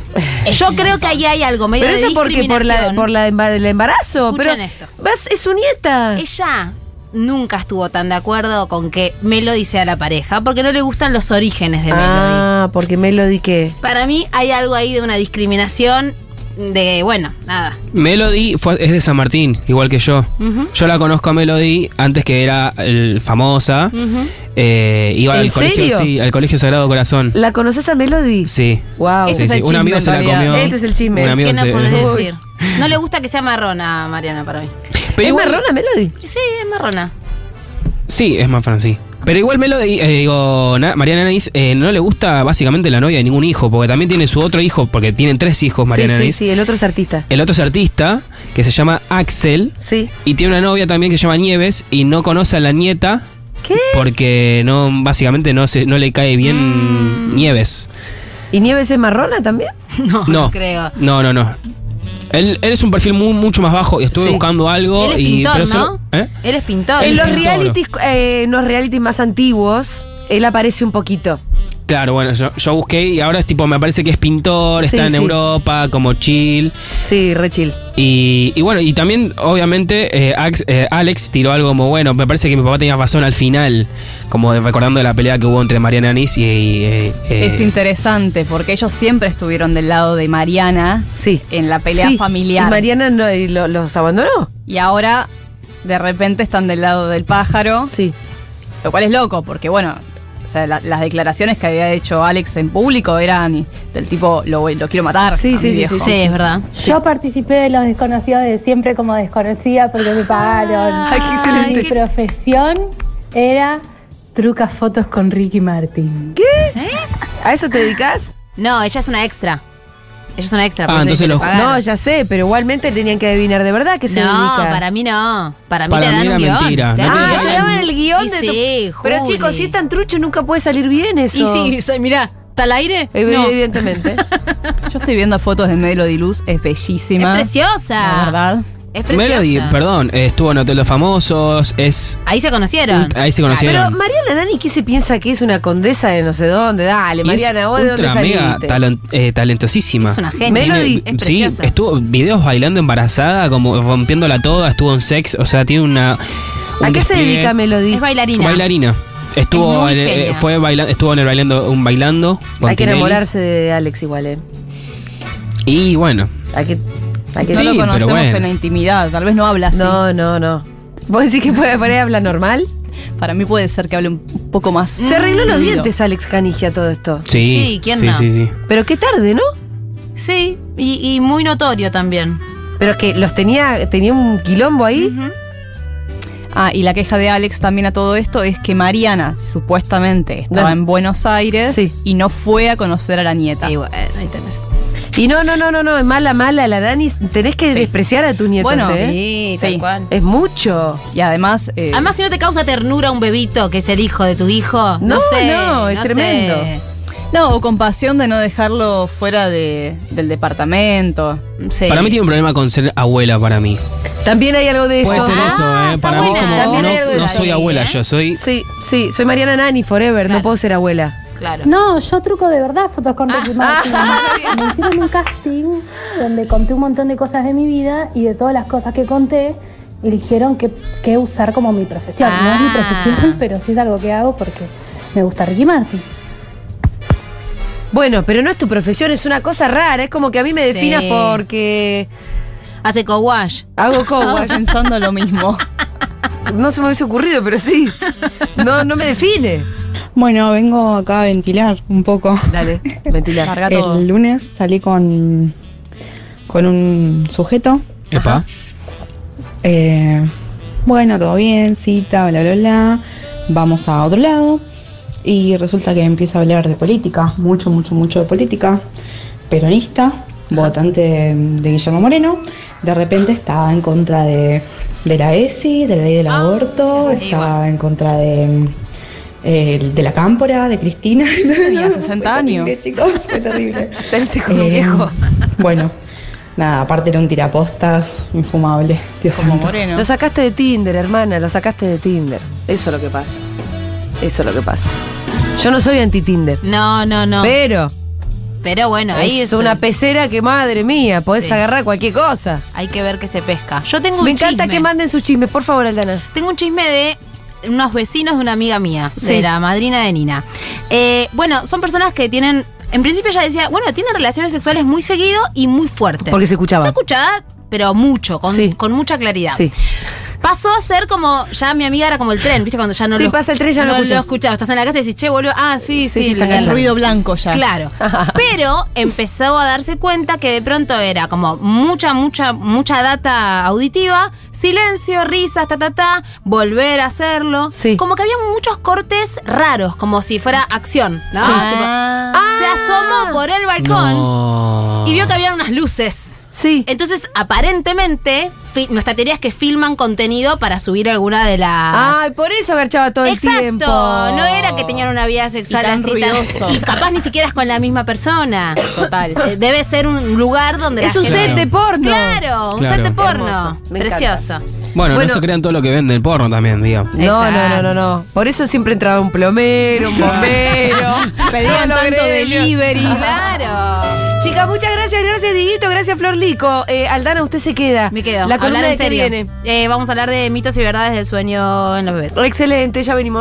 [SPEAKER 8] Yo creo que ahí hay algo medio
[SPEAKER 2] Pero
[SPEAKER 8] de
[SPEAKER 2] eso porque por la
[SPEAKER 8] discriminación.
[SPEAKER 2] por la embar- el embarazo,
[SPEAKER 8] Escuchen
[SPEAKER 2] pero
[SPEAKER 8] esto.
[SPEAKER 2] vas es su nieta.
[SPEAKER 8] Ella nunca estuvo tan de acuerdo con que Melody sea la pareja porque no le gustan los orígenes de Melody.
[SPEAKER 2] ah, porque Melody qué?
[SPEAKER 8] Para mí hay algo ahí de una discriminación de, bueno, nada.
[SPEAKER 3] Melody fue- es de San Martín, igual que yo.
[SPEAKER 8] Ujú.
[SPEAKER 3] Yo la conozco a Melody antes que era el, famosa.
[SPEAKER 8] Ujú.
[SPEAKER 3] Eh, iba
[SPEAKER 2] ¿En
[SPEAKER 3] al colegio,
[SPEAKER 2] serio?
[SPEAKER 3] sí, al colegio Sagrado Corazón.
[SPEAKER 2] ¿La conoces a Melody?
[SPEAKER 3] Sí.
[SPEAKER 2] Wow.
[SPEAKER 3] Sí, sí, un amigo se la comió.
[SPEAKER 2] Este es el chisme.
[SPEAKER 3] Un amigo
[SPEAKER 8] ¿Qué nos
[SPEAKER 3] se- [laughs]
[SPEAKER 8] podés decir? No le gusta que sea marrona, Mariana, para mí.
[SPEAKER 3] Pero
[SPEAKER 2] ¿Es
[SPEAKER 3] igual-
[SPEAKER 2] marrona Melody?
[SPEAKER 8] Sí, es marrona.
[SPEAKER 3] Sí, es más francés. Pero igual Melody, eh, digo, Na- Mariana Anaís eh, no le gusta básicamente la novia de ningún hijo, porque también tiene su otro hijo, porque tienen tres hijos
[SPEAKER 2] sí,
[SPEAKER 3] Mariana
[SPEAKER 2] sí,
[SPEAKER 3] Anaís.
[SPEAKER 2] sí, el otro es artista.
[SPEAKER 3] El otro es artista, que se llama Axel,
[SPEAKER 2] Sí.
[SPEAKER 3] y tiene una novia también que se llama Nieves, y no conoce a la nieta,
[SPEAKER 2] ¿Qué?
[SPEAKER 3] porque no, básicamente no, se, no le cae
[SPEAKER 2] Mm.
[SPEAKER 3] bien Nieves.
[SPEAKER 2] ¿Y Nieves es marrona también?
[SPEAKER 8] No,
[SPEAKER 3] [laughs] No.
[SPEAKER 8] no creo.
[SPEAKER 3] No, no, no. Él, él es un perfil mu- mucho más bajo, y estuve
[SPEAKER 2] Sí.
[SPEAKER 3] buscando algo.
[SPEAKER 8] Él es
[SPEAKER 3] y,
[SPEAKER 8] pintor,
[SPEAKER 3] pero
[SPEAKER 8] ¿no?
[SPEAKER 3] solo- ¿eh?
[SPEAKER 8] Él es pintor.
[SPEAKER 2] En
[SPEAKER 3] El
[SPEAKER 2] los
[SPEAKER 3] pintor.
[SPEAKER 2] realities, eh, en los realities más antiguos, él aparece un poquito.
[SPEAKER 3] Claro, bueno, yo, yo busqué y ahora es tipo, me parece que es pintor,
[SPEAKER 2] Sí,
[SPEAKER 3] está en
[SPEAKER 2] sí.
[SPEAKER 3] Europa, como chill.
[SPEAKER 2] Sí, re chill.
[SPEAKER 3] Y, y bueno, y también, obviamente, eh, Ax- eh, Alex tiró algo como, bueno, me parece que mi papá tenía razón al final, como de- recordando la pelea que hubo entre Mariana Anís y... y, eh, eh,
[SPEAKER 4] Es interesante porque ellos siempre estuvieron del lado de Mariana
[SPEAKER 2] Sí.
[SPEAKER 8] Eh,
[SPEAKER 4] en la pelea
[SPEAKER 2] Sí,
[SPEAKER 4] familiar.
[SPEAKER 2] ¿Y Mariana no- y lo- los abandonó?
[SPEAKER 4] Y ahora de repente están del lado del pájaro,
[SPEAKER 2] Sí.
[SPEAKER 4] lo cual es loco porque bueno, o sea, la- las declaraciones que había hecho Alex en público eran del tipo lo, voy- lo quiero matar.
[SPEAKER 2] Sí,
[SPEAKER 4] a
[SPEAKER 2] sí,
[SPEAKER 4] mi
[SPEAKER 2] sí,
[SPEAKER 4] viejo.
[SPEAKER 8] Sí, es verdad.
[SPEAKER 15] Yo participé de los desconocidos de siempre como desconocida porque me pagaron.
[SPEAKER 2] Ah, Ay, qué excelente.
[SPEAKER 15] Mi [laughs] profesión era truca fotos con Ricky Martin.
[SPEAKER 2] ¿A eso te dedicas?
[SPEAKER 8] No, ella es una extra. Ella es una extra. por
[SPEAKER 3] Ah,
[SPEAKER 8] eso
[SPEAKER 3] entonces
[SPEAKER 8] dice que
[SPEAKER 3] los-
[SPEAKER 8] le pagaron.
[SPEAKER 2] No, ya sé, pero igualmente tenían que adivinar de verdad que se
[SPEAKER 8] No,
[SPEAKER 2] dedica.
[SPEAKER 8] para mí no. Para mí
[SPEAKER 3] Para
[SPEAKER 8] te
[SPEAKER 3] mí
[SPEAKER 8] dan
[SPEAKER 3] era
[SPEAKER 8] un guión.
[SPEAKER 3] mentira, no
[SPEAKER 8] Te
[SPEAKER 3] te
[SPEAKER 8] dan-
[SPEAKER 2] Ah,
[SPEAKER 3] Ay,
[SPEAKER 2] te daban el guión
[SPEAKER 8] Y
[SPEAKER 2] de tu-
[SPEAKER 8] sí,
[SPEAKER 2] Pero
[SPEAKER 8] Juli.
[SPEAKER 2] chicos, si es tan trucho nunca puede salir bien
[SPEAKER 8] Y
[SPEAKER 2] eso.
[SPEAKER 8] sí, sí, mirá, ¿está al aire?
[SPEAKER 2] Ev-
[SPEAKER 8] No. Es [laughs]
[SPEAKER 2] Evidentemente.
[SPEAKER 4] Yo estoy viendo fotos de Melody Luz, es bellísima. La
[SPEAKER 8] preciosa.
[SPEAKER 4] verdad.
[SPEAKER 8] Es preciosa.
[SPEAKER 3] Melody, perdón, eh, estuvo en Hotel Los Famosos, es...
[SPEAKER 8] Ahí se conocieron.
[SPEAKER 3] Ahí se
[SPEAKER 2] Pero
[SPEAKER 3] conocieron.
[SPEAKER 2] Mariana Nani, ¿qué se piensa que es una condesa de no sé dónde? Dale,
[SPEAKER 3] Y es
[SPEAKER 2] Mariana, vos de dónde
[SPEAKER 3] ultra mega
[SPEAKER 2] saliste.
[SPEAKER 3] talan- eh, talentosísima.
[SPEAKER 8] Es una genia.
[SPEAKER 3] Tiene-
[SPEAKER 2] Melody
[SPEAKER 8] es
[SPEAKER 3] sí,
[SPEAKER 8] preciosa.
[SPEAKER 3] estuvo videos bailando embarazada, como rompiéndola toda, estuvo en sex, o sea, tiene una... un
[SPEAKER 2] ¿A qué se
[SPEAKER 3] despliegue.
[SPEAKER 2] dedica Melody?
[SPEAKER 8] Es bailarina.
[SPEAKER 3] Bailarina. Estuvo,
[SPEAKER 8] Es muy
[SPEAKER 3] en- eh,
[SPEAKER 8] genia.
[SPEAKER 3] fue baila- estuvo en el bailando, un bailando. con
[SPEAKER 2] Hay que
[SPEAKER 3] Tinelli.
[SPEAKER 2] enamorarse de Alex igual, ¿eh?
[SPEAKER 3] Y bueno,
[SPEAKER 2] Hay que. Hay que
[SPEAKER 4] No
[SPEAKER 3] Sí,
[SPEAKER 4] lo
[SPEAKER 3] pero
[SPEAKER 4] conocemos
[SPEAKER 3] bueno.
[SPEAKER 4] en la intimidad, tal vez no habla así.
[SPEAKER 2] No, no, no. ¿Vos decís que puede poner habla normal?
[SPEAKER 4] Para mí puede ser que hable un poco más.
[SPEAKER 2] Se arregló los
[SPEAKER 4] fluido.
[SPEAKER 2] dientes Alex Canigia todo esto.
[SPEAKER 3] sí.
[SPEAKER 8] Sí, ¿quién
[SPEAKER 3] sí,
[SPEAKER 8] no?
[SPEAKER 3] Sí, sí.
[SPEAKER 2] Pero qué tarde, ¿no?
[SPEAKER 8] Sí, y, y muy notorio también.
[SPEAKER 2] Pero es que los tenía, tenía un quilombo ahí.
[SPEAKER 8] Ujú.
[SPEAKER 4] Ah, y la queja de Alex también a todo esto es que Mariana supuestamente estaba
[SPEAKER 2] Bueno.
[SPEAKER 4] en Buenos Aires
[SPEAKER 2] Sí.
[SPEAKER 4] y no fue a conocer a la nieta.
[SPEAKER 8] Y bueno, ahí tenés.
[SPEAKER 2] Y no, no, no, no, no, es mala, mala la Dani. Tenés que despreciar a tu nieto,
[SPEAKER 4] Bueno,
[SPEAKER 2] ¿eh?
[SPEAKER 8] Sí,
[SPEAKER 4] tal
[SPEAKER 8] cual.
[SPEAKER 2] Es mucho.
[SPEAKER 4] Y además, eh,
[SPEAKER 8] Además, si no te causa ternura un bebito que es el hijo de tu hijo, no,
[SPEAKER 2] No,
[SPEAKER 8] sé.
[SPEAKER 2] no, es
[SPEAKER 8] sé.
[SPEAKER 2] tremendo.
[SPEAKER 4] no, o compasión de no dejarlo fuera de- del departamento.
[SPEAKER 8] Sí.
[SPEAKER 3] Para mí tiene un problema con ser abuela para mí.
[SPEAKER 2] También hay algo de
[SPEAKER 3] Puede
[SPEAKER 2] eso.
[SPEAKER 3] ser
[SPEAKER 8] Ah,
[SPEAKER 3] eso, ¿eh?
[SPEAKER 8] está
[SPEAKER 3] Para mí
[SPEAKER 8] buena.
[SPEAKER 2] También
[SPEAKER 3] como
[SPEAKER 2] hay algo
[SPEAKER 3] no,
[SPEAKER 2] de
[SPEAKER 3] no
[SPEAKER 2] eso
[SPEAKER 3] soy
[SPEAKER 8] ahí,
[SPEAKER 3] abuela,
[SPEAKER 8] ¿eh?
[SPEAKER 3] yo soy...
[SPEAKER 2] Sí, sí, soy Mariana Nani forever, no
[SPEAKER 8] Claro.
[SPEAKER 2] puedo ser abuela.
[SPEAKER 8] Claro.
[SPEAKER 15] No, yo truco de verdad fotos con
[SPEAKER 2] Ah,
[SPEAKER 15] Ricky Martin. Me hicieron un casting donde conté un montón de cosas de mi vida y de todas las cosas que conté eligieron que, que usar como mi profesión. No es mi
[SPEAKER 8] Ah.
[SPEAKER 15] profesión, pero sí es algo que hago porque me gusta Ricky Martin.
[SPEAKER 2] Bueno, pero no es tu profesión, es una cosa rara. Es como que a mí me definas
[SPEAKER 8] Sí.
[SPEAKER 2] porque
[SPEAKER 8] Hace co-wash.
[SPEAKER 2] hago
[SPEAKER 4] Estaba
[SPEAKER 8] [laughs]
[SPEAKER 2] cowork.
[SPEAKER 4] pensando
[SPEAKER 2] [laughs]
[SPEAKER 4] lo mismo.
[SPEAKER 2] No se me hubiese ocurrido, pero sí. No, no me define.
[SPEAKER 16] Bueno, vengo acá a ventilar un poco.
[SPEAKER 2] Dale, ventilar. Larga todo.
[SPEAKER 16] El lunes salí con, con un sujeto.
[SPEAKER 3] Epa.
[SPEAKER 16] Eh, bueno, todo bien, cita, bla, bla, bla. Vamos a otro lado. Y resulta que empieza a hablar de política, mucho, mucho, mucho de política. Peronista, votante de Guillermo Moreno. De repente está en contra de, de la ESI, de la ley del aborto, está en contra de, eh, de la cámpora, de Cristina. [laughs]
[SPEAKER 4] Tenía 60 años.
[SPEAKER 16] chicos, fue terrible.
[SPEAKER 2] [laughs] Saliste
[SPEAKER 4] con un
[SPEAKER 16] Eh,
[SPEAKER 4] viejo.
[SPEAKER 16] Bueno, nada, aparte era un tirapostas infumable. Dios santo.
[SPEAKER 2] Lo sacaste de Tinder, hermana, lo sacaste de Tinder. Eso es lo que pasa. Eso es lo que pasa. Yo no soy anti-Tinder.
[SPEAKER 8] No, no, no.
[SPEAKER 2] Pero
[SPEAKER 8] Pero bueno, ahí
[SPEAKER 2] es
[SPEAKER 8] es,
[SPEAKER 2] una pecera que, madre mía, podés
[SPEAKER 8] Sí.
[SPEAKER 2] agarrar cualquier cosa.
[SPEAKER 8] Hay que ver que se pesca. Yo tengo un
[SPEAKER 2] Me encanta
[SPEAKER 8] chisme.
[SPEAKER 2] que manden sus chismes, por favor, Aldana.
[SPEAKER 8] Tengo un chisme de unos vecinos de una amiga mía,
[SPEAKER 2] Sí.
[SPEAKER 8] de la madrina de Nina. Eh, bueno, son personas que tienen. En principio ella decía, bueno, tienen relaciones sexuales muy seguido y muy fuerte.
[SPEAKER 2] Porque se escuchaba.
[SPEAKER 8] Se escuchaba, pero mucho, con,
[SPEAKER 2] Sí.
[SPEAKER 8] con mucha claridad.
[SPEAKER 2] Sí.
[SPEAKER 8] Pasó a ser como, ya mi amiga era como el tren, ¿viste? Cuando ya no
[SPEAKER 2] Sí,
[SPEAKER 8] lo
[SPEAKER 2] pasa el tren, ya no lo escuchas.
[SPEAKER 8] escuchaba. Estás en la casa y decís, che, boludo, ah, sí,
[SPEAKER 2] sí, está
[SPEAKER 8] sí, el- el
[SPEAKER 2] enganchado.
[SPEAKER 8] ruido
[SPEAKER 4] Eh, blanco ya.
[SPEAKER 8] Claro.
[SPEAKER 2] [laughs]
[SPEAKER 8] Pero empezó a darse cuenta que de pronto era como mucha, mucha, mucha data auditiva, silencio, risas, ta, ta, ta, volver a hacerlo. Como que había muchos cortes raros, como si fuera acción, ¿no?
[SPEAKER 2] Sí. Ah.
[SPEAKER 8] Tipo, Se asomó por el balcón y vio que había unas luces.
[SPEAKER 2] Sí.
[SPEAKER 8] Entonces, aparentemente, fi- nuestra teoría es que filman contenido para subir alguna de las.
[SPEAKER 2] Ay, por eso agarchaba Ah, todo
[SPEAKER 8] Exacto,
[SPEAKER 2] el tiempo.
[SPEAKER 8] no era que tenían una vida sexual
[SPEAKER 2] Y tan
[SPEAKER 8] así tan-
[SPEAKER 2] ruidoso.
[SPEAKER 8] y capaz ni siquiera es con la
[SPEAKER 2] [coughs]
[SPEAKER 8] misma persona.
[SPEAKER 4] Total.
[SPEAKER 8] [laughs] Eh, Debe ser un lugar donde
[SPEAKER 2] Es
[SPEAKER 8] la
[SPEAKER 2] un
[SPEAKER 8] gente-
[SPEAKER 2] set de porno.
[SPEAKER 8] Claro, un
[SPEAKER 3] Claro.
[SPEAKER 8] set de porno.
[SPEAKER 2] Hermoso, me
[SPEAKER 8] Precioso.
[SPEAKER 3] Bueno,
[SPEAKER 2] Bueno. Eh,
[SPEAKER 3] no se crean todo lo que vende el porno también, digamos.
[SPEAKER 2] No, no, no, no, no. Por eso siempre entraba un plomero, un bombero.
[SPEAKER 8] [laughs]
[SPEAKER 2] todos
[SPEAKER 8] Pedían
[SPEAKER 2] los
[SPEAKER 8] tanto
[SPEAKER 2] gremios.
[SPEAKER 8] delivery. Claro.
[SPEAKER 2] Chicas, muchas gracias, gracias Diguito, gracias Flor Lico. Eh, Aldana, usted se queda. Me
[SPEAKER 8] Quedo.
[SPEAKER 2] La columna
[SPEAKER 8] Hablar
[SPEAKER 2] de
[SPEAKER 8] en
[SPEAKER 2] que
[SPEAKER 8] serio.
[SPEAKER 2] viene.
[SPEAKER 8] Eh, vamos a hablar de mitos y verdades del sueño en los bebés.
[SPEAKER 2] Excelente, ya venimos.